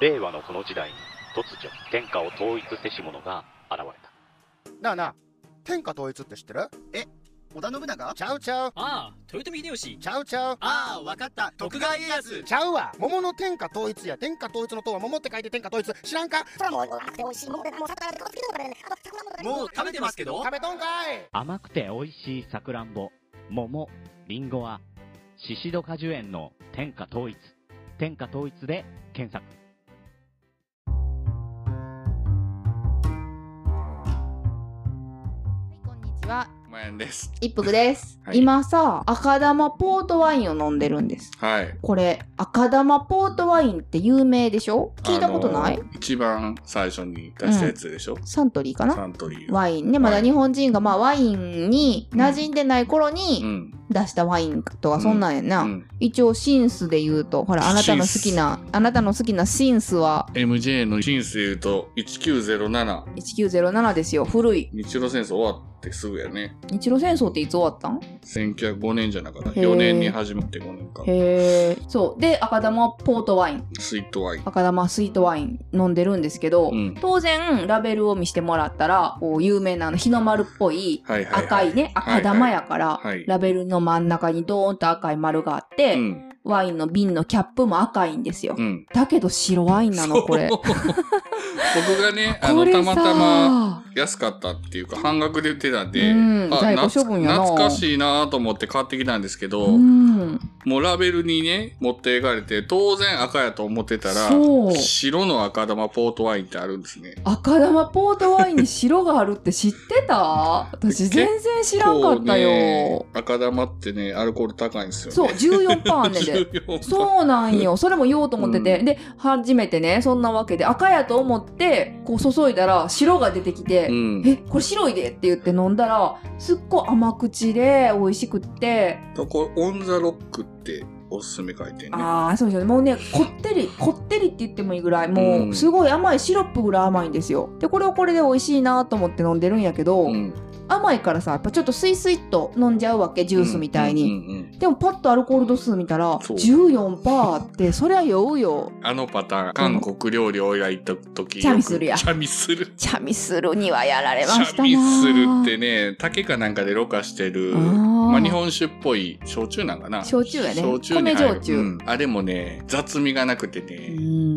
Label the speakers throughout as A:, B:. A: 令和のこの時代に突如天下を統一せし者が現れた
B: なあなあ天下統一って知ってる
C: 織田信長
B: ちゃうちゃう
D: ああ豊臣秀吉
B: ちゃうちゃう
C: ああわかった徳川家康
B: ちゃうわ桃の天下統一や天下統一の塔は桃って書いて天下統一知らんか
E: それはもう甘くて美味しいものでもう桜でこっち来てからねあと桜も
C: もう食べてますけど
B: 食べとんかい
F: 甘くて美味しいさくらんぼ、桃、りんごは、シシド果樹園の天下統一、天下統一で検索。
G: はいこんにちは
H: まやんです。
G: 一服です、
H: はい
G: 今さ赤玉ポートワインを飲んでるんです
H: はい。
G: これ赤玉ポートワインって有名でしょ聞いたことない、
H: あの一番最初に出したやつでしょ、
G: サントリーかな
H: サントリー。
G: ワインねまだ
H: ワイン
G: 日本人がまあワインに馴染んでない頃
H: う
G: に
H: ん。
G: 出したワインとかそんなんやな、
H: うん。
G: 一応シンスで言うとほらあなたの好きなあなたの好きなシンスは
H: MJ の人生と1907。
G: 1907ですよ古い
H: 日露戦争終わってすぐやね。
G: 日露戦争っていつ終わったん
H: 1905年じゃなかった。
G: へー
H: 4年に始まって5年か。
G: へえそうで赤玉ポートワイン
H: スイートワイン。
G: 赤玉スイートワイン飲んでるんですけど、
H: うん
G: 当然ラベルを見してもらったらこう有名なあの日の丸っぽい
H: はいはい、はい。
G: 赤いね、
H: はいはい
G: 赤玉やから、
H: はい
G: ラベルの真ん中にドーンと赤い丸があって、
H: うん。
G: ワインの瓶のキャップも赤いんですよ、
H: うん。
G: だけど白ワインなのこれ
H: そう僕がね、あ
G: こ
H: の、
G: れ
H: た
G: さ
H: またま安かったっていうか、半額で売ってたんで、
G: うん
H: あ
G: 在庫
H: 懐
G: 処分やな
H: 懐かしいなと思って買ってきたんですけど、
G: うん
H: もうラベルにね、持っていかれて、当然赤やと思ってたら
G: そう、
H: 白の赤玉ポートワインってあるんですね。
G: 赤玉ポートワインに白があるって知ってた私全然知らんかったよ、
H: こうね赤玉ってね、アルコール高いんですよ、ね。
G: そう14%あんねんで
H: 14%
G: そうなんよ。それも言おうと思ってて。
H: う
G: で、初めてね、そんなわけで、赤やと思って、こう注いだら、白が出てきて、
H: うん。
G: え、これ白いでって言って飲んだら、すっごい甘口で美味しくって、
H: これ、オンザロックっておすすめ書いてんね。
G: ああ、そうですよね。もうね、こってり、こってりって言ってもいいぐらい、も
H: う
G: う、
H: ん
G: すごい甘い、シロップぐらい甘いんですよ。で、これをこれで美味しいなと思って飲んでるんやけど、
H: うん。
G: 甘いからさ、やっぱちょっとスイスイっと飲んじゃうわけ、ジュースみたいに。
H: うんうんうん
G: でもパッとアルコール度数見たら
H: そう
G: 14%ってそりゃ酔うよ
H: あのパターン、韓国料理をやった時、
G: チャミスルや
H: よくチャミスル。
G: チャミスルにはやられまし
H: チャ
G: たな
H: ミスルってね、竹かなんかでろ過してる、
G: あー
H: まあ、日本酒っぽい焼酎なんかな。
G: 焼酎やね
H: 焼酎に入る
G: 米焼酎
H: うんあれもね、雑味がなくて
G: う
H: ね、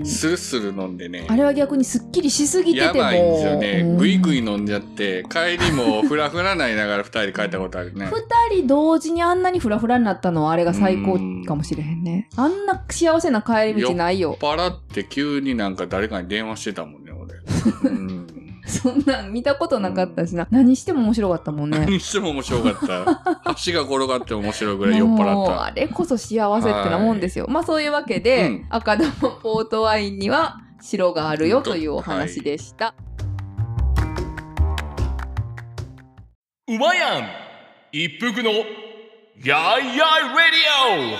G: ん
H: スルスル飲んでね、
G: あれは逆にすっきりしすぎてて
H: や
G: も
H: ばいんですよね。ぐいぐい
G: い
H: 飲んじゃって、帰り もフラフラなりながら二人で帰ったことあるね。
G: 2人同時にあんなにフラフラになったのはあれが最高かもしれへんねあんな幸せな帰り道ないよ
H: パラって急になんか誰かに電話してたもんね、 俺。うん。
G: そんなん見たことなかったしな何しても面白かったもんね
H: 何しても面白かった。橋が転がっても面白いぐらい酔っ
G: も
H: 払っ
G: う
H: た。
G: あれこそ幸せってなもんですよまあそういうわけで、
H: うん
G: 赤玉ポートワインには白があるよというお話でした、
I: うまやん一服のやいやいレディ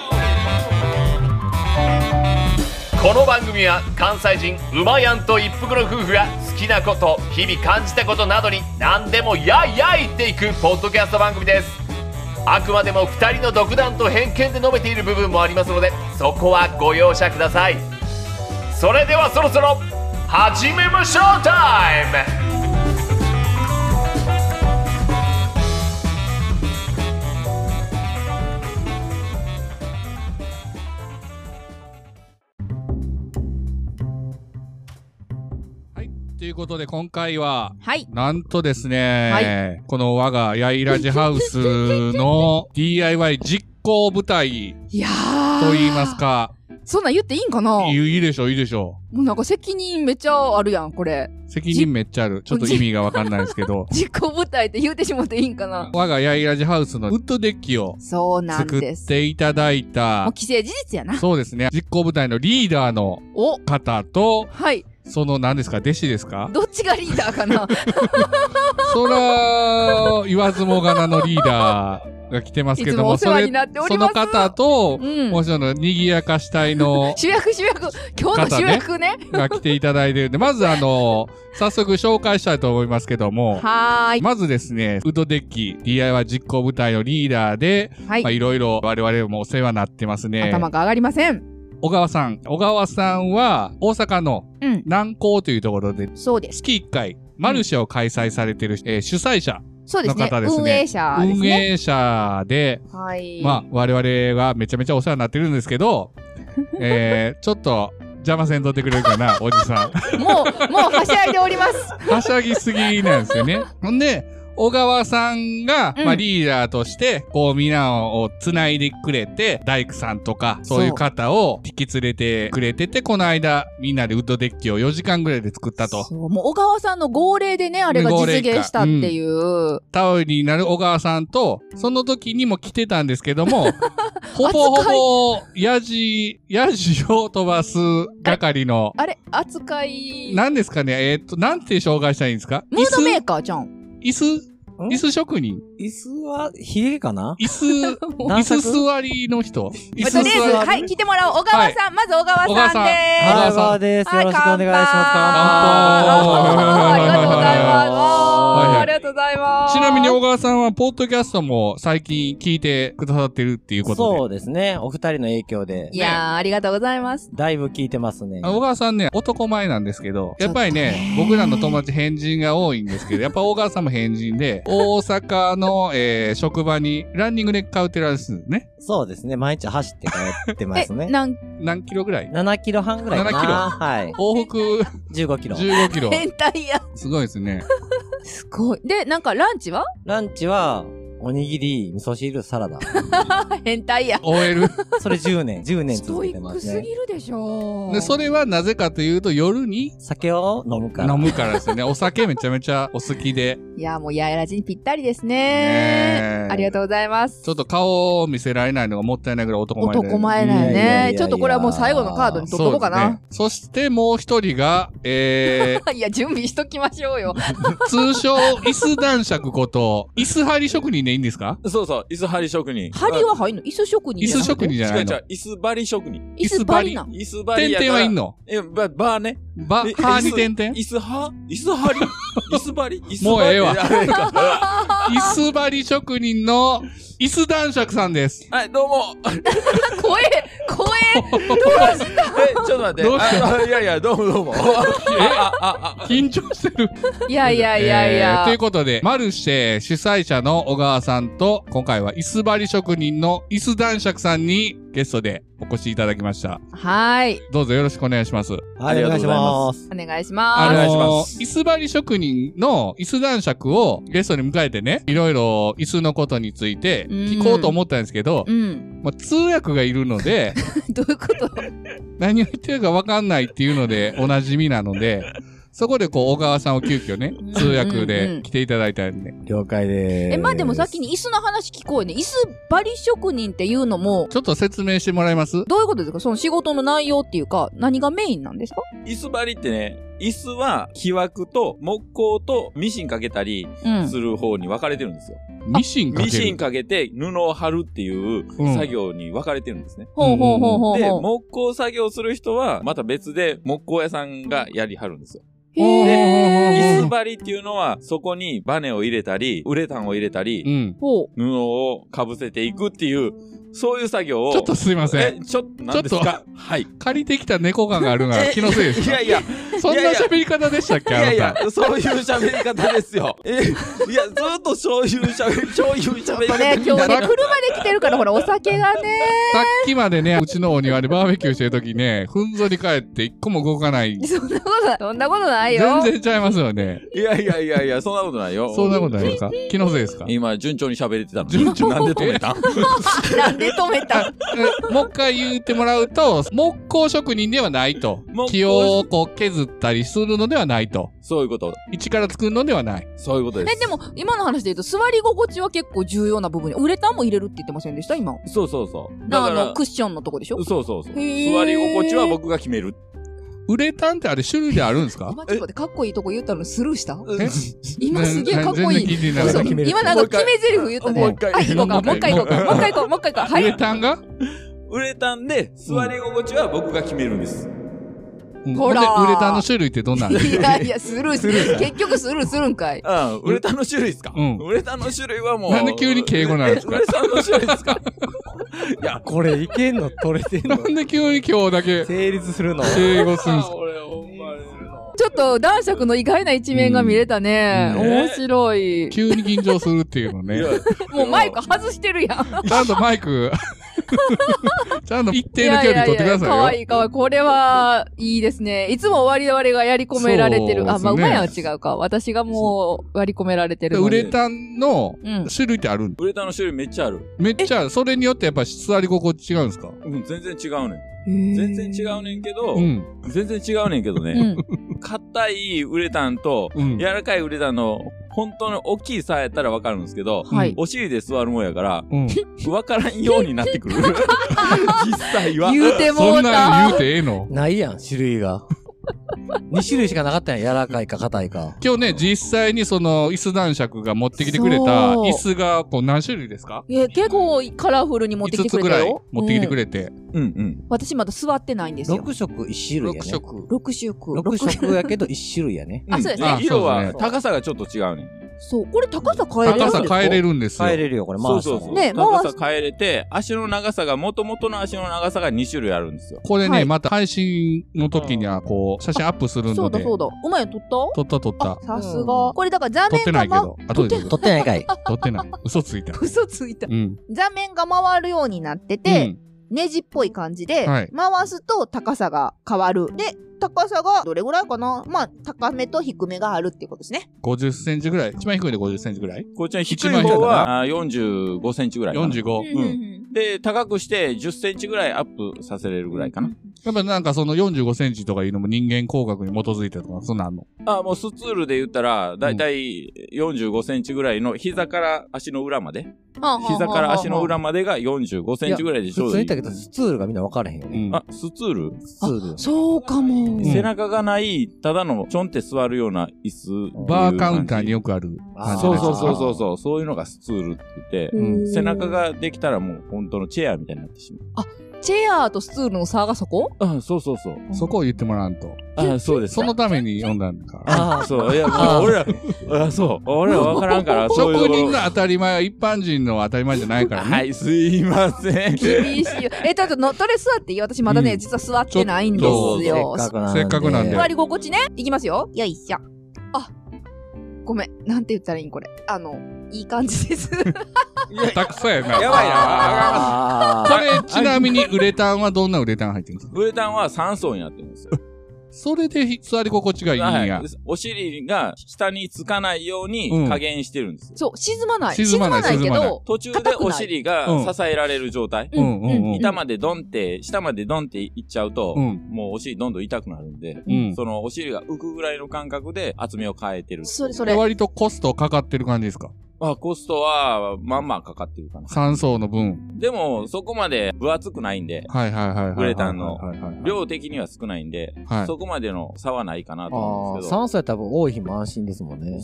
I: オこの番組は関西人うまやんと一服の夫婦が好きなこと日々感じたことなどに何でもやいやい言っていくポッドキャスト番組ですあくまでも2人の独断と偏見で述べている部分もありますのでそこはご容赦くださいそれではそろそろ始めましょうタイム
J: ということで今回は
G: はい
J: なんとですね、この我がヤイラジハウスの DIY 実行部隊
G: いやー
J: と言いますか
G: そんなん言っていいんかない
J: いいいでしょういいでしょ
G: もうなんか責任めっちゃあるやん、これ。
J: う責任めっちゃあるちょっと意味がわかんないですけ ど
G: 実行部隊って言うてしまっていいんかな。
J: 我がヤイラジハウスのウッドデッキを
G: そうなん
J: 作
G: で
J: っ
G: す。
J: ていただい
G: もう
J: た
G: 既成事実やな。
J: そうですね実行部隊のリーダーの
G: お
J: 方と
G: はい。
J: その何ですか弟子ですか
G: どっちがリーダーか な
J: そら言わずもがなのリーダーが来てますけども
G: いつもお世話になっております
J: それその方と、
G: うん
J: もう一人のにぎやかし隊 の
G: 主役主役今日の主役ね。
J: が来ていただいてるんで、まずあの、早速紹介したいと思いますけども、
G: はーい。
J: まずですね、ウッドデッキ DIY 実行部隊のリーダーで、
G: はい
J: まあいろいろ我々もお世話になってますね。
G: 頭が上がりません。
J: 小川さん。小川さんは、大阪の
G: うん。
J: 南港というところで、
G: そうです。
J: 月1回、マルシェを開催されている、えー主催者、
G: そうですね。
J: の方ですね
G: 運営者です
J: 運
G: ね。
J: 営者で、
G: はい。
J: まあ、我々がめちゃめちゃお世話になってるんです けど、えー、ちょっと、邪魔せんとってくれるかな、おじさん。
G: もう、もうはしゃいでおります。
J: はしゃぎすぎなんです よね。ほんで、小川さんが、
G: うん
J: まあ、リーダーとして、こう、皆をつないでくれて、大工さんとか、そういう方を引き連れてくれてて、この間、みんなでウッドデッキを4時間ぐらいで作った と。
G: そうもう小川さんの号令でね、あれが実現したっていう。
J: 頼りになる小川さんと、その時にも来てたんですけ ども、ほぼほぼ、ヤジ、ヤジを飛ばす係の、
G: あれ、扱い、ム
J: 何ですかね、えーっと、なんて紹介したらいいんですか椅
G: ードメー
J: 子
G: カーじゃん。
J: 椅子椅子職人
C: 椅子は、ヒゲかな
J: 椅子、椅
C: 何
J: 子
C: 作
J: 座りの人。椅
G: まあ
J: 子
G: とりあえず、
J: 座
G: は
J: り。
G: い、来てもらおう。小川さん、まず小
J: 小川
G: 川さ
J: さん
G: ん
J: 小川
G: で
C: はい、川です。
G: す。
J: さん
C: よ
G: はい
C: ろしくお願いします。
J: 乾杯
C: 乾
G: ありがとうございます。
J: はい
G: あ
J: は
G: ー
J: い
G: ありがとうございます。
J: ちなみに小川さんは、ポッドキャストも最近聞いてくださってるっていうこ
C: そ
J: と
C: うですね。お二人の影響で
G: い、やー、ありがとうございます。
C: だいぶ聞いてますね
J: で。。小川さんね、男前なんですけど、やっぱりね、僕らの友達変人が多いんですけど、やっぱ小川さんも変人 で、大阪の、えー職場にランニングで通ってらっしゃるんですね。
C: そうですね。毎日走って帰ってま
G: え、
C: すね。
G: なん、
J: 何キロぐらい
C: 7キロ半ぐらいかな。
J: 7キロ
C: はい。
J: 往復
C: 15キロ。
J: 15キロ。
G: 変態や。
J: すごいですね。
G: すごい。で、なんかランチは
C: ランチは、おにぎり、味噌汁、サラダ。
G: 変態や。
J: OL。
C: それ10年、10年
G: スト
C: 続
G: イ
C: けて
G: ッ
C: ま
G: ク
C: す
G: す
C: ね。
G: ぎるでしょ。
J: で、それはなぜかというと、夜に
C: 酒を飲むから。
J: 飲むからですね。お酒めちゃめちゃお好きで。
G: いや、もう、ややらじにぴったりですね。
J: ねえ
G: ありがとうございます。
J: ちょっと顔を見せられないのがもったいないぐらい男前で
G: 男前だよ
C: いやいやいやい
G: ね。
C: や
G: ちょっとこれはもう最後のカードに取っとこうか
J: そうで
G: な
J: すね。そしてもう一人が、え
G: いや、準備しときましょうよ。
J: ー、通称、椅子男爵こと、椅子張り職人でいいんですか
K: そうそう、椅子張り職人。
G: 針は入んの椅子職人
J: 椅
G: じゃ
J: 子
G: なく
J: 職
G: て
J: 人じゃな
K: 違
J: いう
K: 違
J: の。
K: う、椅子張り職人。
G: 椅子バリな。
K: 椅子張り
J: 点
K: やから。
J: 々はいんの
K: え、ば、ばね。
J: ば、
K: え
J: はに点々
K: 椅子は椅 子張り椅子張り椅子張り
J: もうええわ
K: あれか
J: 椅子張り職人の、椅子男爵さんです。
K: はい、どうも。
G: 怖え怖え
K: え、ちょっと待って。
J: どうした
K: ああいやいや、どうもど うも。ああああ
J: 緊張してる。
G: いやいやいやい
J: えー
G: や。
J: ということで、マルシェ主催者の小川さんと、今回は椅子張り職人の椅子男爵さんにゲストでお越しいただきました。
G: はーい。
J: どうぞよろしくお願いします。
C: は
K: あり
C: い、お
K: が
C: 願い
K: とうご
C: し
K: ざい
C: ま。
K: ます
G: お願いし
J: あ
K: お
G: ま
K: 願
G: す。
K: いし
J: のー、椅子
K: ま
J: 張り職人の椅子男爵をゲストに迎えてね、いろいろ椅子のことについて聞こうと思ったんですけど
G: う、ん。
J: まあ、通訳がいるので、
G: どういうこと
J: 何を言ってるかわかんないっていうのでおなじみなので、そこでこう、小川さんを急遽ね
G: うん、
J: 通訳
G: うんう
J: で
G: ん
J: 来ていただいたんで、
C: 了解でーす。
G: え、まあでも先に椅子の話聞こうね。椅子バリ職人っていうのも、
J: ちょっと説明してもらえます
G: どういうことですかその仕事の内容っていうか、何がメインなんですか
K: 椅子張りってね、椅子は木枠と木工とミシンかけたり
G: うん
K: す。る方に分かれてるんですよ。
J: ミシンかける。
K: ミシンかけて布を張るっていう
J: うん
K: 作業に分かれてるんですね。
G: ほうほうほうほう
K: で、
G: ほ
K: 木工作業する人はまた別で木工屋さんがやりはるんですよ。
G: う。へ
K: 椅
G: ー
K: 子。張りっていうのはそこにバネを入れたり、ウレタンを入れたり、
J: うん。
G: ほう。
K: 布をかぶせていくっていう、そういう作業を。
J: ちょっとすいません。
K: え、ちょっと、何です
J: ちょ
K: かはい。
J: 借りてきた猫感があるのが気のせいです
K: い
J: か
K: やいや、い
J: そんな喋り方でしたっけあ
K: や
J: ない
K: や
J: た。、
K: そういう喋り方ですよ。え、いや、ずっとそういう喋り、そういう喋り
G: と
K: 方。
G: ね、今日ね、
J: だ
G: 車で来てるから、ほら、お酒がね。
J: さっきまでね、うちのお庭でバーベキューしてる時ね、ふんぞり返って一個も動かない。
G: そんなこと、そんなことないよ。
J: 全然ちゃいますよね。
K: いやいやいやいや、そんなことないよ。
J: そんなことないですか気のせいですか
K: 今、順調に喋れてたのに。
J: 順調
K: なんで止めたん
G: なんで止めたん
J: えもう一回言ってもらうと、木工職人ではないと
K: 木工。
J: 木をこう削ったりするのではないと。
K: そういうこと。
J: 一から作るのではない。
K: そういうことで
G: え、
K: す。
G: でも、今の話で言うと、座り心地は結構重要な部分に、ウレタンも入れるって言ってませんでした今。
K: そうそうそう。だ
G: あ
K: か
G: の、
K: ら
G: ク、ッションのとこでしょ
K: そうそうそう。座
G: へー
K: り心地は僕が決める。
J: ウレタンってあれ種類であるんです
G: あ
J: か
G: 待って待ってかっこいいとこ言ったのスルーした
J: え
G: 今すげえかっこい
J: 全然聞
G: い。
J: いていなか
G: 嘘
J: った
C: 決める
G: 今なんか決め台詞言ったね。
K: もう一回
G: はい、行こうか。もう一回行こうか。もう一回行こう。もう一回行こう。は
J: ウレ
G: い。
J: タンが
K: ウレタンで、座り心地は僕が決めるんです。
J: うん
G: ほら
J: ほんでウレタンの種類ってどん なん
G: いやいや、スルーする。結局スルーするんかい。
K: うん、ウレタンの種類ですか、
J: うん
K: ウレタンの種類はもう。
J: なんで急に敬語なんです か
K: ウレタンの種類ですかいや、
C: これいけんの取れてん のなん
J: で急に今日だけ
C: 成立するの
J: 成立するんです
G: ちょっと男爵の意外な一面が見れたね。
J: うんね
G: 面白い。
J: 急に緊張するっていうのね。
G: もうマイク外してるやん。
J: ちゃんとマ イク、ちゃんと一定の距離取ってくださいよ。
G: 可愛い可愛い。これはいいですね。いつも我々がやり込められてる。
J: そう
G: あ、
J: ですね
G: まあ、馬屋は違うか。私がもう割り込められてるのに。
J: ウレタンの種類ってあるん
K: ウレタンの種類めっちゃある。
J: めっちゃ、それによってやっぱ座り心地違うんですか
K: うん、全然違うね
G: ん。
K: 全然違うねんけど、
J: うん
K: 全然違うねんけどね。硬いウレタンと、柔らかいウレタンの、本当の大きい差やったらわかるんですけど、
G: はい
K: お尻で座るもんやから、わからんようになってくる。実際は。
G: 言うてもうたそんなん言う
J: てええの
C: ないやん、種類が。2種類しかなかったんや、柔らかいか硬いか。
J: 今日ね、実際にその、椅子男爵が持ってきてくれた
G: そう
J: 椅子が、こう、何種類ですか
G: え結構カラフルに持ってきて
J: ?5 つ
G: くれ
J: ぐ
G: た
J: らい
G: よ。
J: 持ってきてく
G: れ、
J: れて。
K: うんうん。
G: 私まだ座ってないんですよ。
C: 6色1種類やね。
J: 色。
G: 6色。。
C: 6色やけど1種類やね
G: あそうですね
K: ん
C: あ
K: 色
C: そう
K: は、
C: ですね
K: 高さがちょっと違うねん。
G: そう。これ高さ変えれる
J: るんです
C: よ。変えれるよ、これ。
K: そ
C: 回
K: う
C: したら
K: そうそう。
G: ね
K: 高
G: 回
K: さ変えれて、足の長さが、元々の足の長さが2種類あるんですよ。
J: これね、また配信の時には、こう、写真アップする
G: そ
J: の
G: うだ
J: で。
G: そうだ。お前撮っ
J: 撮った撮った。
G: たさすが。これだから座
J: 撮っ
G: 面
J: てないけ
G: が
J: ど。
G: 回、
J: あ、どうです撮
C: ってないかい。
J: 撮ってない。嘘ついた。
G: 嘘ついた
J: う。ん。
G: 座面が回るようになってて、ネジっぽい感じで、
J: はい
G: 回すと高さが変わる。で、高さがどれぐらいかなまあ、高めと低めがあるっていうことですね。
J: 50センチぐらい。一番低いで50センチぐらい
K: こっちの低
J: 一
K: い
J: 番低い
K: 方
J: かな
K: はあー45センチぐらいかな。
J: 45
K: うん。で、高くして10センチぐらいアップさせれるぐらいかな。
J: やっぱなんかその45センチとかいうのも人間工学に基づいてとか、そんなんあんの。
K: あもうスツールで言ったら、だいたい45センチぐらいの膝から足の裏まで。膝から足の裏までが45センチぐらいでちょうどい
C: 普通
K: い。
C: に言ったけど、スツールがみんな分からへんよね。
K: あ、スツールス
C: ツール。
G: そうかも。
K: 背中がない、ただのちょんって座るような椅子。
J: バーカウンターによくある感じ
K: そ
J: の
K: う
J: やつ
K: そうそうそうそう、そういうのがスツールって言って、
G: うん
K: 背中ができたらもう本当のチェアみたいになってし
G: チェアーとスツールの差がそこ
K: まう。あそうそうそう。
J: そこを言ってもらわんと。
K: あそうです。
J: そのために読んだんか。
K: あそう、いや、まあ、俺ら、あそう、俺ら分から んから、そう
J: 職
K: いうところ
J: 人の当たり前は一般人の当たり前じゃないからね。
K: はい、すいませ ん。
G: 厳しいよ。え、ちょっとの、どれ座っていい私まだね、
J: うん
G: 実は座ってないんですよ。
J: せっかくなんで。
G: 座り心地ね。いきますよ。よいしょ。あ、ごめん。なんて言ったらいいんこれ。あの、いい感じです。
J: たくさやな。
K: やばいなあ
J: これ、ちなみに、ウレタンはどんなウレタン入ってるんですか
K: ウレタンは3層になってるんですよ。
J: それで座り心地がいいんや
K: は。お尻が下につかないよう
J: う
K: に
J: ん
K: 加減してるんですよ。
G: そう、沈まない。
J: 沈まない
G: け
J: 沈まない
G: ど、
K: 途中でお尻が支えられる状態。
J: うんうんうん
K: 板までドンって、下までドンっていっちゃうと、
J: うん
K: もうお尻どんどん痛くなるんで、
J: うん
K: そのお尻が浮くぐらいの感覚で厚みを変えてる。
J: 割とコストかかってる感じですか
K: あ、コストは、まんまあかかってるかな。
J: 酸素の分。
K: でも、そこまで分厚くないんで、
J: はいはいはいはいはいはいはいはい
K: ウレタンの量的には少ないんで、
C: はい
K: そこまでの差はないかなと思
C: あ
K: うん
C: あ、
K: ですけど。
C: 酸素やったら多分多い日も安心ですもんね。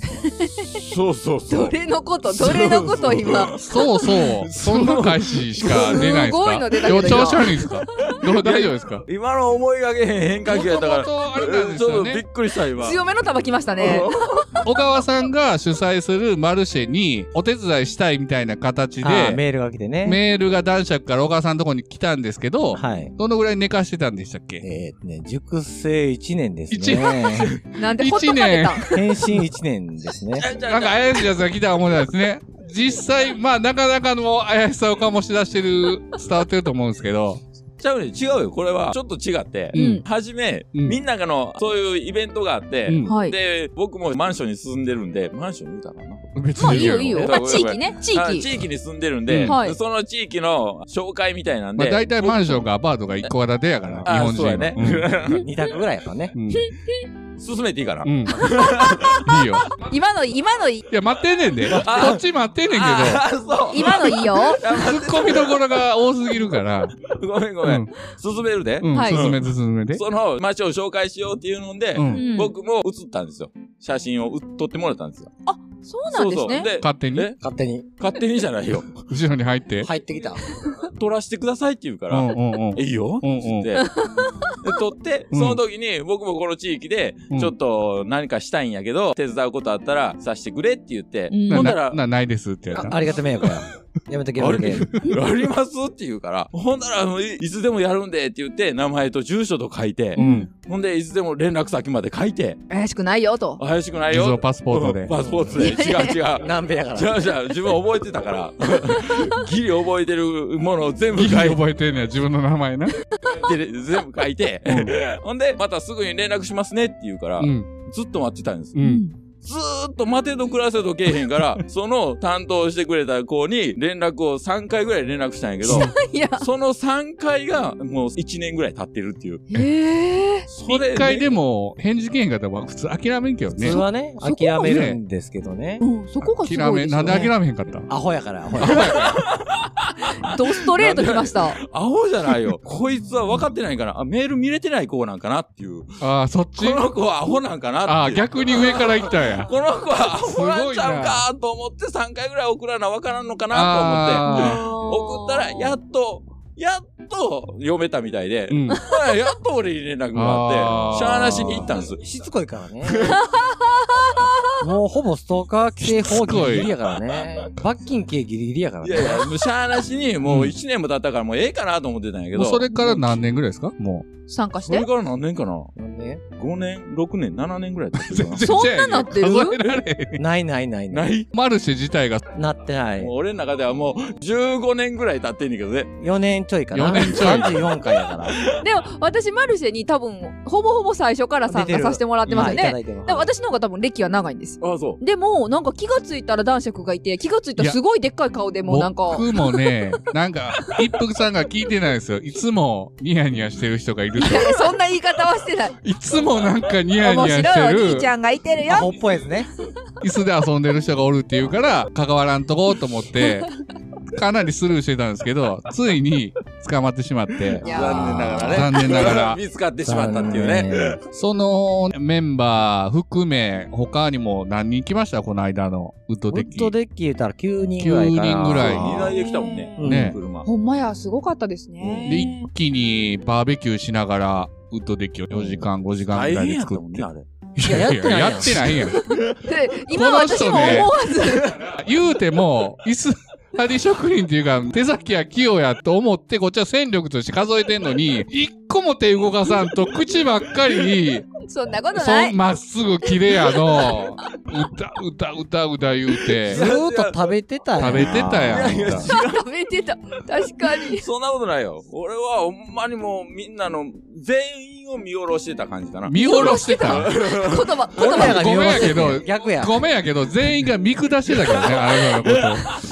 K: そうそうそう。
G: どれのこと、どれのこと今。
J: そうそう。そんな返ししか出ないですか
G: すごいの出たけど
J: 予兆しかないですかどう大丈夫ですか
K: 今の思いがけへん変化球やったから、ちょっとびっくりした今。
G: 強めの球きましたね。
J: 小川さんが主催するマルシェにお手伝いしたいみたいな形
C: あ
J: で
C: ー、メールが来てね。
J: メールが男爵から小川さんのとこに来たんですけど、
C: はい
J: どのぐらい寝かしてたんでしたっけ
C: えー、ね、熟成1年ですね。
J: 一年
G: なんで
J: ほっとかれたん一
C: 返信1年です ね。
J: なんか怪しいやつが来た思うんです ね。実際、まあなかなかの怪しさを醸し出してる、伝わってると思うんですけど。
K: ちゃうね、違うよ。これは、ちょっと違って、
J: うん
K: 初め、みんながの、そういうイベントがあって、
J: うんはい
K: で、僕もマンションに住んでるんで、マンション見たかな
J: 別
G: にいいよまあいいよいいよまあ地域ね地域
K: 地域に住んでるんで、
J: うんはい
K: でその地域の紹介みたいなん
J: まあ
K: で、
J: 大体マンションかアパートが一戸建てやから、日
K: あ
J: 本
K: そうや
J: 人
K: ね。
C: 二択ぐらいやからね。
K: 進めていいかな、
J: うん。いいよ。
G: 今の、今のいい。
J: いや、待ってんねん で。こっち待ってんねん
K: あ
J: け
K: ーそう
G: 今のいいよ。
J: ど、ツッコミどころが多すぎるから。
K: ごめんごめん。進めるで。
J: うん、
K: はい
J: 進めて進めて。
K: その街を紹介しようっていうので、
J: うん
K: 僕も写ったんですよ。写真をう撮ってもらったんですよ。
G: そうなんですね。
J: 勝手に
C: 勝手に。
K: 勝手にじゃないよ。
J: 後ろに入って。
C: 入ってきた。
K: 撮らせてくださいって言うから、
J: うんうんうん
K: いいよって言って、で撮って、
J: うん
K: その時に僕もこの地域で、ちょっと何かしたいんやけど、手伝うことあったらさしてくれって言って、
J: な
K: ほんだ
J: な
K: ら、
J: な、ないですってやった。
C: ありがた迷惑や。
L: やめとけやめとけ
K: ありありますって言うから、ほんなら、あのいいつでもやるんでって言って、名前と住所と書いて、ほんで、いつでも連絡先まで書いて、
G: 怪しくないよと。
K: 怪しくないよ。
J: 偽造パスポートで
K: うんパスポ ートで。
G: いやい
K: 違う違う。
L: 南米やから
K: 違う違う。自分覚えてたから。 ギリ覚えてるものを全部書いて。
J: 覚えてんねや、自分の名前 な。
K: 全部書いて。ほんで、またすぐに連絡しますねって言うから、
J: うん
K: ずっと待ってたんです。
J: うん。
K: ずーっと待てど暮らせどけえへ んから、その担当してくれた子に連絡を3回ぐらい連絡したんや けど、その3回がもう1年ぐらい経ってるっていう。
G: え
K: それ
J: 一回でも返事けえへんかったら普通諦めんけどね。
L: 普通はね
J: そ
L: 諦めるんですけどね
G: そ こがす
J: 諦
G: ごい
J: め、
G: です
J: な
G: よ
J: んで
G: ね。
J: 諦めへんかった
L: アホやからアホ
G: ドストレートきました。
K: アホじゃないよ。こいつは分かってないから、あ、メール見れてない子なんかなっていう。
J: ああ、そっち
K: この子はアホなんかなっていう。
J: ああ、逆に上から行ったんや。
K: この子はアホなんちゃう
J: す
K: かと思って3回ぐらい送らな分からんのかなと思って、送ったらやっと、やっと読めたみたいで、
J: ん
K: ほらやっと俺に連絡が
L: あ
K: あっ
L: ー
K: て、しゃーなしに行ったんです。
L: しつこいから ね。もうほぼストーカー規制法ギリギリやからね。罰金刑ギリギリやから
K: い
L: ね。
K: やいや、もうしゃーなしにもう1年も経ったからもうええかなと思ってたんやけ
J: も
K: ど。
J: うそれから何年ぐらいですかも
G: 参加し
K: それ
G: て。
K: から何年かな
L: 何年
K: ?5 年、6年、7年ぐらい経ってるかな。
G: そんななって る
L: ないないない。
K: ないい
J: マルシェ自体が。
L: なってない
K: も。う俺の中ではもう15年ぐらい経ってんねんけどね。
L: 4年ちょいかな。
K: 四年ちょい
L: 34回やから。
G: でも私マルシェに多分ほぼほぼ最初から参加させてもらってますよ
L: 出てる
G: ね。
L: まあいただいてます
G: でも私の方が多分歴は長いんです。
K: あ、そう。
G: でもなんか気がついたら男爵がいて気がついたらすごいでっかい顔でもうなんか。
J: 僕もね、なんか、一服さんが聞いてないですよ。いつもニヤニヤしてる人がいると
G: い。やいや そんな言い方はしてない。
J: いつもなんかニヤニヤ
G: 面
J: して
G: 白いお
J: る
G: 兄ち、ゃんがいてるよ。
L: っぽいですね。
J: 椅子で遊んでる人がおるっていうから、関わらんとこうと思って、かなりスルーしてたんですけど、ついに捕まってしまって。
K: 残念ながらね。
J: 残念ながら
K: 見つかってしまったっていうね。
J: そのメンバー含め、他にも何人来ましたこの間のウッドデ
L: ウ
J: ッ
L: ッ
J: キ。
L: ドデッキ言ったら9人ぐらいかな。
J: 9人ぐらい
K: 二台で来たもんね。
L: うん
J: ね
K: 車。
G: ほんまやすごかったですね。
J: で、一気にバーベキューしながら、ウッドデッキを4時間、5時間ぐらいで作って。
K: ね、あれ。
L: いや、やってないやん。
J: やってないやん。
G: で今
J: この
G: 私
J: 人
G: も
J: ね
G: 思わず、
J: 言うても、椅子、張り職人っていうか、手先は器用やと思って、こっちは戦力として数えてんのに、一個も手動かさんと、口ばっかりに、
G: そんなことな
J: そん
G: い。
J: まっすぐ切れやの、歌、歌、歌、歌言うて
L: ず、ーっと食べてたやん。
J: 食べてたやん。
K: いやいや、
G: 食べてた。確かに。
K: そんなことないよ。俺はほんまにもうみんなの全員を見下ろしてた感じかな。
J: 見下ろしてた。
G: 言葉、言
L: 俺ら
G: 葉。
L: が見下ろせて
J: ごめんやけど
L: 逆や。
J: ごめんやけど、全員が見下してたけどね、あれのこと。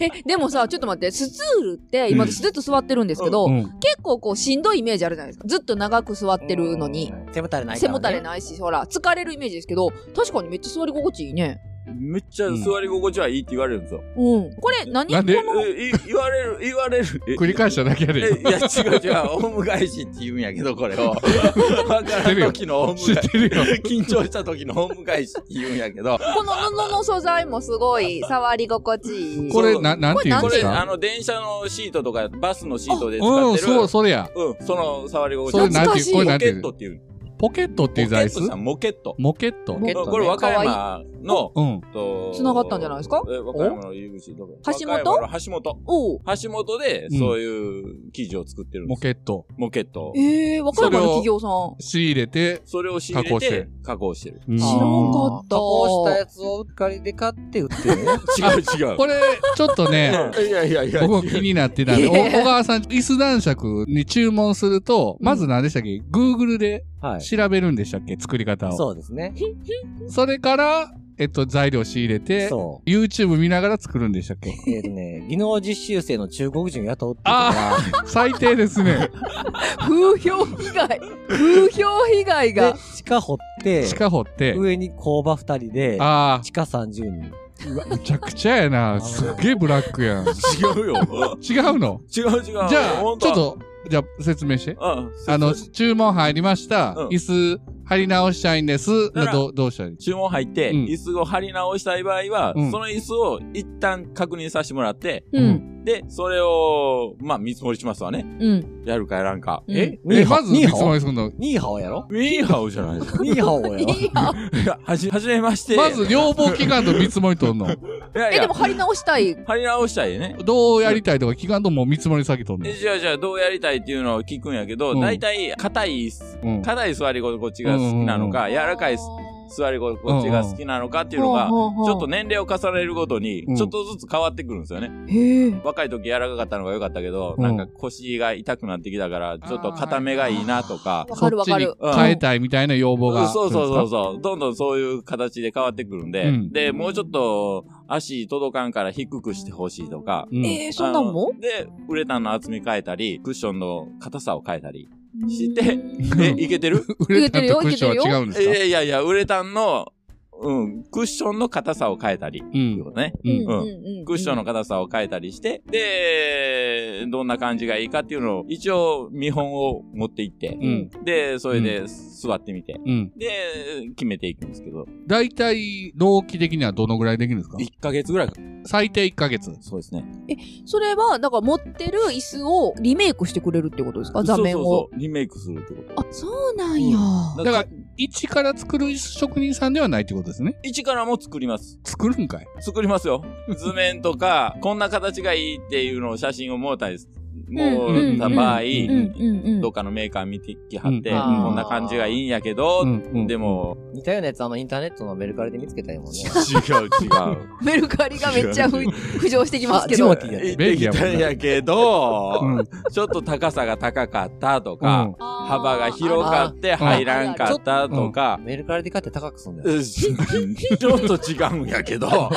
G: え、でもさ、ちょっと待って、スツールって今私ずっと座ってるんですけど、
J: うん
G: 結構こうしんどいイメージあるじゃないですか。ずっと長く座ってるのに。
L: 背もたれないか
G: 背
L: らね
G: もたれないし、ほら、疲れるイメージですけど、確かにめっちゃ座り心地いいね。
K: めっちゃ座り心地はいいって言われるんですよ。
G: うん。これ何、
J: なんで
G: この、
K: えい言われる、言われる。え
J: 繰り返しただけや
K: え
J: で。
K: いや、違う違う。オウム返しって言うんやけど、これ を。わからん時のオウム
J: 知っ
K: 返して
J: るよ。
K: 緊張した時のオウム返しって言うんやけど。
G: この布の素材もすごい触り心地いい。
J: これ、な、なんていうん
K: こ
J: です
K: れ、あ
J: か
K: の、電車のシートとか、バスのシートで使
J: うん、
K: ってる。
J: そう、それや。
K: うん、その触り心地。
J: それなんていう、これ
K: ポ
J: なんて
K: ケ
J: い
K: ッ
J: う
K: トっていう。
J: ポケットっていう
K: ポケ
J: 材
K: ッ
J: 質
K: トさん、モケット。
J: モケット
G: モケットね
K: これ、和歌山の、
J: うん。
K: と
G: 繋がったんじゃないですか
K: え和歌山の入り口どこ
G: 橋本
K: 和歌山の橋本。
G: おう。
K: 橋本で、
J: うん
K: そういう生地を作ってるんで
J: モ
K: すよ。
J: ケット。
K: モケットを。
G: えー、和歌山の企業さん。
J: 仕入れて、
K: それを仕入れて、加工してる。
J: うん
G: 知らんかった
L: 加工したやつをうっかりで買って売ってるね。
K: 違う違う。
J: これ、ちょっとね、
K: いやいやいや
J: 僕も気になってたんで、お
G: いや
J: 小川さん、椅子男爵に注文すると、まず何でしたっけ ?Google で
L: はい。
J: 調べるんでしたっけ作り方を。
L: そうですね。
J: それから、えっと、材料仕入れて、
L: そう。
J: YouTube 見ながら作るんでしたっけ
L: えっとね、技能実習生の中国人を雇うっていうの
J: あ
L: は、
J: あ、最低ですね。
G: 風評被害。風評被害
L: で
G: が。、
L: 地下掘って、
J: 地下掘って、
L: 上に工場2人で、
J: あ
L: 地下30人。
J: あ、うわむちゃくちゃやな。すっげえブラックやん。
K: 違うよ。
J: 違うの
K: 違う違う。じ
J: じゃあ、ちょっ。と、じゃあ説明して。
K: うん。
J: あの、注文入りました。
K: うん
J: 椅子、貼り直したいんです。
K: だから
J: どうどうしたらいい
K: 注文入って、
J: うん
K: 椅子を貼り直したい場合は、
J: うん
K: その椅子を一旦確認させてもらって、
G: うん。
K: で、それを、まあ、見積もりしますわね。
G: うん。
K: やるかやらんか。
G: うん
K: え
L: ニー
J: え、
L: ハオ
J: まず
L: ニ
J: 見
L: ー
J: 積
L: ハ
J: も
L: オ
J: りするの。
L: ニーハオやろ
K: ウィーハオじゃ ないですか。
L: ニーハオやろ
G: いいよ。
K: いやはじ、はじめまして。
J: まず、、両方機関と見積もり取るの。
K: いやいや
G: え、でも貼り直したい。
K: 張り直したいね。
J: どうやりたいとか聞かんともう見積もり先とんねん。
K: じゃあじゃあどうやりたいっていうのを聞くんやけど、
J: うん
K: 大体硬いす、硬い座り心地が好きなのか、柔らかいす座り心地が好きなのかっていうのが、ち
J: うんうんうん
K: ょっと年齢を重ねるごとに
J: う、ん
K: ちょっとずつ変わってくるんですよね。若い時柔らかかったのが良かったけど、
J: うん
K: なんか腰が痛くなってきたから、ちょっと硬めがいいなとか。
J: そっちに変えたいみたいな要望
K: うん
J: が。
K: そうそうそうそう。どんどんそういう形で変わってくるんで、
J: うん
K: で、もうちょっと足届かんから低くしてほしいとか。
J: うん
G: えーそんなんも
K: あので、ウレタンの厚み変えたり、クッションの硬さを変えたりして、え、いけ てる
J: ウレタンとクッションは違うんですか
K: いやいやいや、ウレタンの、うん、クッションの硬さを変えたり、っていうことね。
J: うん
K: うんクッションの硬さを変えたりして、で、どんな感じがいいかっていうのを、一応見本を持っていって、
J: ん
K: で、それで座ってみて、
J: うん
K: で、決めていくんですけど、
J: 大体、納期的にはどのぐらいできるんですか
K: ?1 ヶ月ぐらいか。
J: 最低1ヶ月。
K: そうですね。
G: え、それは、だから持ってる椅子をリメイクしてくれるってことですか座面を。
K: そうそうそう、リメイクするってこと。
G: あ、そうなんや。
J: だから、一から作る職人さんではないってことですね。
K: 一からも作ります。
J: 作るんかい
K: 作りますよ。図面とか、こんな形がいいっていうのを写真をもうたりす、もうた場合、どっかのメーカー見てきはって、
L: うん
K: こんな感じがいいんやけど、でも、
L: 似たようなやつ、あの、インターネットのメルカリで見つけたよもんね。
K: 違 う違う。
G: メルカリがめっちゃふ 浮上してきますけ
L: ジモ
G: ど。
L: ティやね。
K: できたんやけど、ちょっと高さが高かったとか、幅が広かって入らんかったとか、
L: メルカリで買って高くすんだよ。
K: うんちょっと違うんやけど、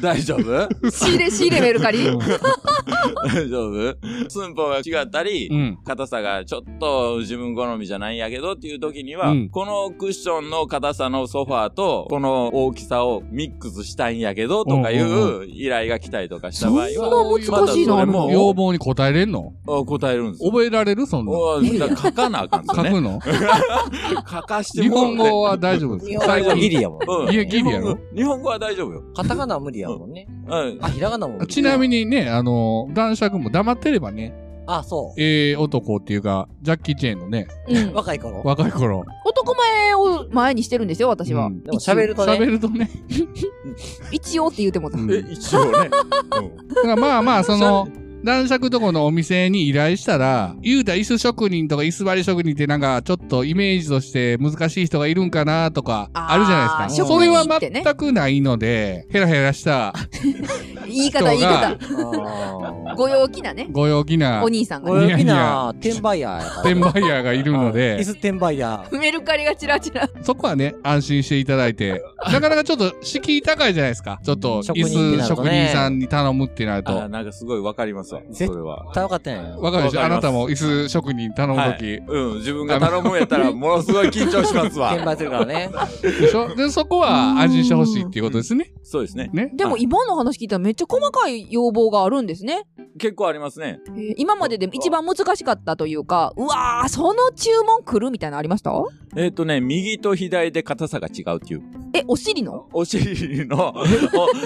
K: 大丈夫
G: 仕入れ、仕入れメルカリ
K: 大丈夫寸法が違ったり、
J: うん
K: 硬さがちょっと自分好みじゃないんやけどっていう時には、
J: うん
K: このクッションの硬さのソファーと、この大きさをミックスしたいんやけどとかい
J: うんうん
K: う依頼が来たりとかした場合は、またそれも
J: 要望に応えれんの
K: あ答えるんです
J: 覚えられるそんな
K: おーだから書かなあかんですよ
J: 書
K: ね。
J: くの
K: 書かして
J: 日本語は大丈夫ですか
L: ギリやもん。
K: うん
J: ギリギリやろ
K: 日本語は大丈夫よ。
L: カタカナは無理やもんね。
K: うん。
L: あ、ひらがなも無理。
J: ちなみにね、あの、男爵も黙ってればね、
L: あ、そ
J: ええ男っていうか、ジャッキー・チェーンのね、
L: う。若い頃。
J: 若い頃。
G: 男前を前にしてるんですよ、私は。
J: うん
L: でも喋るとね
J: 喋るとね。
G: 一応って言うてもた。
J: え、
K: 一応
J: だ
K: ね。
J: からまあまあ、その、男爵とこのお店に依頼したら、言うたら椅子職人とか椅子張り職人ってなんかちょっとイメージとして難しい人がいるんかなとか、あるじゃないですか。
G: 職
J: それ
G: 人
J: は
G: ってね
J: 全くないので、ヘラヘラした
G: 言い
J: 人
G: 方、
J: が
G: 言い方。ご陽気なね。
J: ご陽気な、
G: お兄さんが
J: ご陽気
L: な
J: 転売ヤー、転売ヤーがいるので、
L: 椅子転売ヤ
G: メルカリがチラチラ。
J: そこはね、安心していただいて、なかなかちょっと敷居高いじゃないですか。ちょっと
K: 職
J: 椅
K: 人って
J: 子
K: なると
J: 職
K: ね
J: 人さんに頼むってなると。
K: あなんかすごいわかりますわ。それは。
L: 絶対分かってないよ。
J: わかるでしょ
K: わ
J: あ
K: かります
J: なたも椅子職人頼むとき、
K: うん、自分が頼むんやったら、ものすごい緊張します わ。
J: 転売
L: するからね。
J: でしょ で、そこは安心してほしいっていうことですね。
K: そうですね。
J: ね。
G: でも今の話聞いたらめっちゃ細かい要望があるんですね。
K: 結構ありますね。
G: えー今までで一番難しかったというか、うわー、その注文来るみたいなのありました
K: えっ、とね、右と左で硬さが違うっていう。
G: え、お尻の
K: お尻の、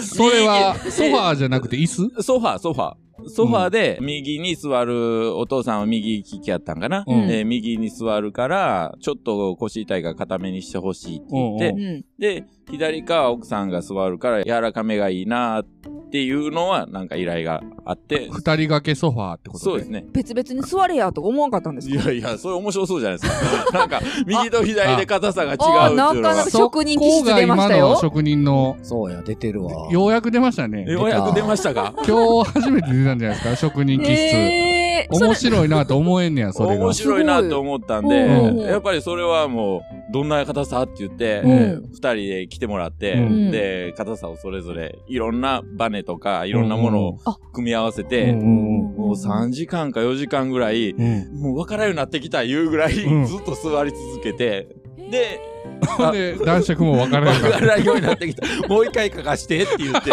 J: それは、ソファーじゃなくて椅
K: 子ソファー、ソファー。ソファーで右に座る、お父さんは右利きやったんかな、
J: うん
K: えー右に座るから、ちょっと腰痛いが硬めにしてほしいって言って、
J: うんうん
K: で、左か奥さんが座るから柔らかめがいいなっていうのは、なんか依頼があって、
J: 二人掛けソファーってこと
K: そうですね。
G: 別々に座れやとか思わんかったんです
K: いやいや、それ面白そうじゃないですか。なんか、右と左で硬さが違う
G: あ
K: っていうの
G: あなかなか職人気質出ましたよ
J: そこが今の職人の。
L: そうや、出てるわ。
J: ようやく出ましたね。
K: ようやく出ましたか
J: 今日初めて出たんじゃないですか職人気質。
G: えーそれ
J: 面白いなと思えんねや、それが。
K: 面白いなと思ったんで、
J: すごいうん
K: やっぱりそれはもう、どんな硬さって言って、
J: うん
K: えー二人で来てもらって、
J: うん
K: で、硬さをそれぞれ、いろんなバネとか、いろんなものを組み合わせて、もう3時間か4時間ぐらい、もう分からんようになってきたいうぐらい、
J: うん
K: ずっと座り続けて、で、
J: ほんで、男爵もわからん
K: 分
J: か
K: からんようになってきた。もう一回書かしてって言って、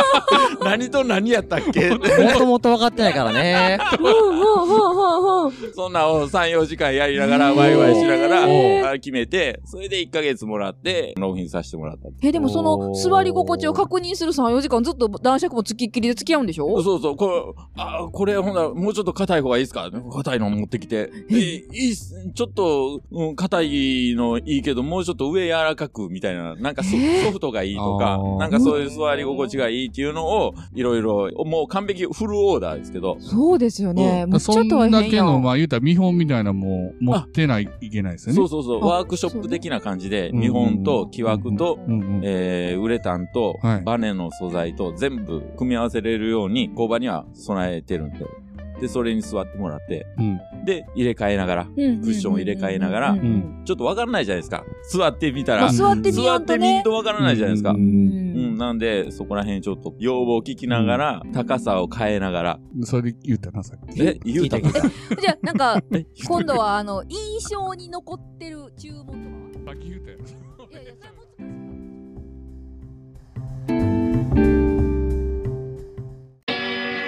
K: 何と何やったっけって。
L: もともと分かってないからね。
K: そんなんを3、4時間やりながら、ワイワイしながら、あ決めて、それで1ヶ月もらって、納品させてもらった。
G: えでもその座り心地を確認する34時間ずっと男爵もつきっきりで付き合うんでしょ
K: そうそう、これ、あ、これほんなら、もうちょっと硬い方がいいですか硬いの持ってきて。え、いいっすちょっと、うん、硬いのいいけど、もうちょっと上柔らかくみたいな、なんかソ,、
G: えー
K: ソフトがいいとか
J: あ、ー
K: なんかそういう座り心地がいいっていうのを、いろいろ、もう完璧フルオーダーですけど、
G: そうですよね。むっち
J: そ
G: ゃ
J: ん
G: 大
J: だ
G: 変
J: け
G: や
J: の、
G: ん。
J: まあ言うたら見本みたいなもん持ってない、いけないですよね。
K: そうそうそう、ワークショップ的な感じで、見本と木枠と、えーウレタンと、バネの素材と全部組み合わせれるように、工場には備えてるんで。で、それに座ってもらって、
J: うん
K: で、入れ替えながら、ク
G: ん
K: ッションを入れ替えながら、ちょっとわからないじゃないですか。座ってみた
G: ま
K: ら、
G: あ座ってみようとね
K: 座ってみんとわからないじゃないですか。うん、なんで、そこら辺ちょっと要望を聞きながら、高さを変えながら。
J: それ言ったな、さっ
K: き。え、言うたか
G: じゃあ、なん か、今度は、あの、印象に残ってる注文とか
J: は。さっき言ったよ。
E: ま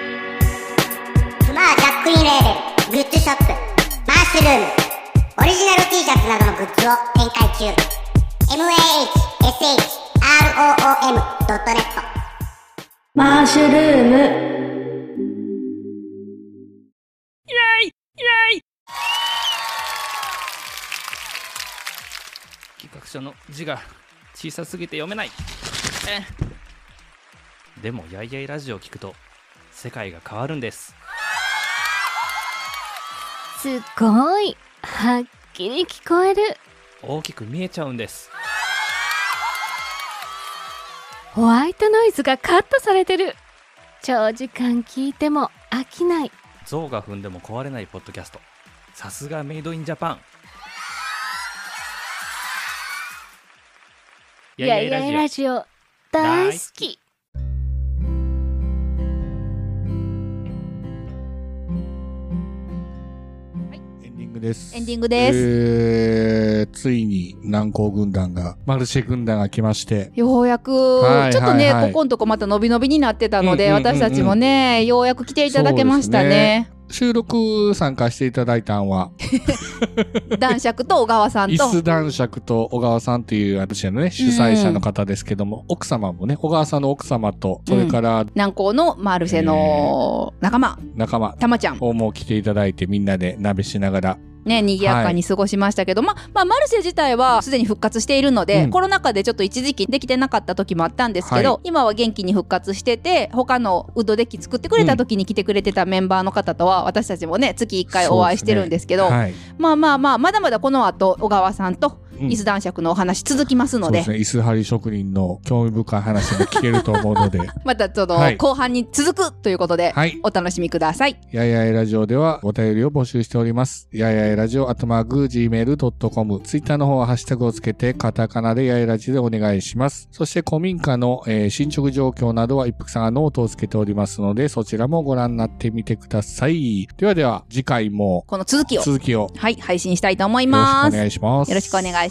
E: あジャックインレーベルグッズショップマッシュルームオリジナル T シャツなどのグッズを展開中 mahshroom.net
M: マッシュルーム。
N: イェイイェイ
O: 企画書の字が小さすぎて読めないでもやいやいラジオを聞くと世界が変わるんです
P: すごいはっきり聞こえる
O: 大きく見えちゃうんです
P: ホワイトノイズがカットされてる長時間聞いても飽きない
O: 象が踏んでも壊れないポッドキャストさすがメイドインジャパン
P: いやい
O: い
P: やい
O: い
P: やラジオ大好き
J: エンディングです。
G: エンディングです
J: えー、ついに南高軍団が、マルシェ軍団が来まして、
G: ようやく、
J: はい
G: ちょっとね、
J: はいはい
G: ここんとこまた伸び伸びになってたので、
J: うんうんうんうん
G: 私たちもね、ようやく来ていただけましたね。
J: そうですね。収録参加していただいたんは、
G: 男爵と小川さん
J: 椅
G: と。
J: 子男爵と小川さんという、あのね、主催者の方ですけども、奥様もね、小川さんの奥様と、それから
G: 南高のマルシェの仲間、
J: 仲間、
G: たまちゃん
J: をもう来ていただいて、みんなで鍋しながら、
G: ね、賑やかに過ごしましたけど、まあ、まあ、マルシェ自体はすでに復活しているので、
J: うん
G: コロナ禍でちょっと一時期できてなかった時もあったんですけど、
J: はい
G: 今は元気に復活してて、他のウッドデッキ作ってくれた時に来てくれてたメンバーの方とは、私たちもね、月1回お会いしてるんですけど、
J: そうですねはい
G: まあまあまあ、まだまだこの後、小川さんと、
J: うん
G: 椅子男爵のお話続きますの
J: そう
G: で、
J: ですね、椅子張り職人の興味深い話も聞けると思うので、
G: またその、
J: はい
G: 後半に続くということで、
J: はい
G: お楽しみください。
J: やいやいラジオではお便りを募集しております。やいやいラジオ、あとまぐ gmail.com。ツイッターの方はハッシュタグをつけて、カタカナでやいやいラジでお願いします。そして古民家の、えー進捗状況などは一服さんがノートをつけておりますので、そちらもご覧になってみてください。ではでは、次回も
G: この続きを
J: 続きを
G: はい、配信したいと思い
J: よろしく
G: ま
J: お
G: す。
J: 願いします。
G: よろしくお願いします。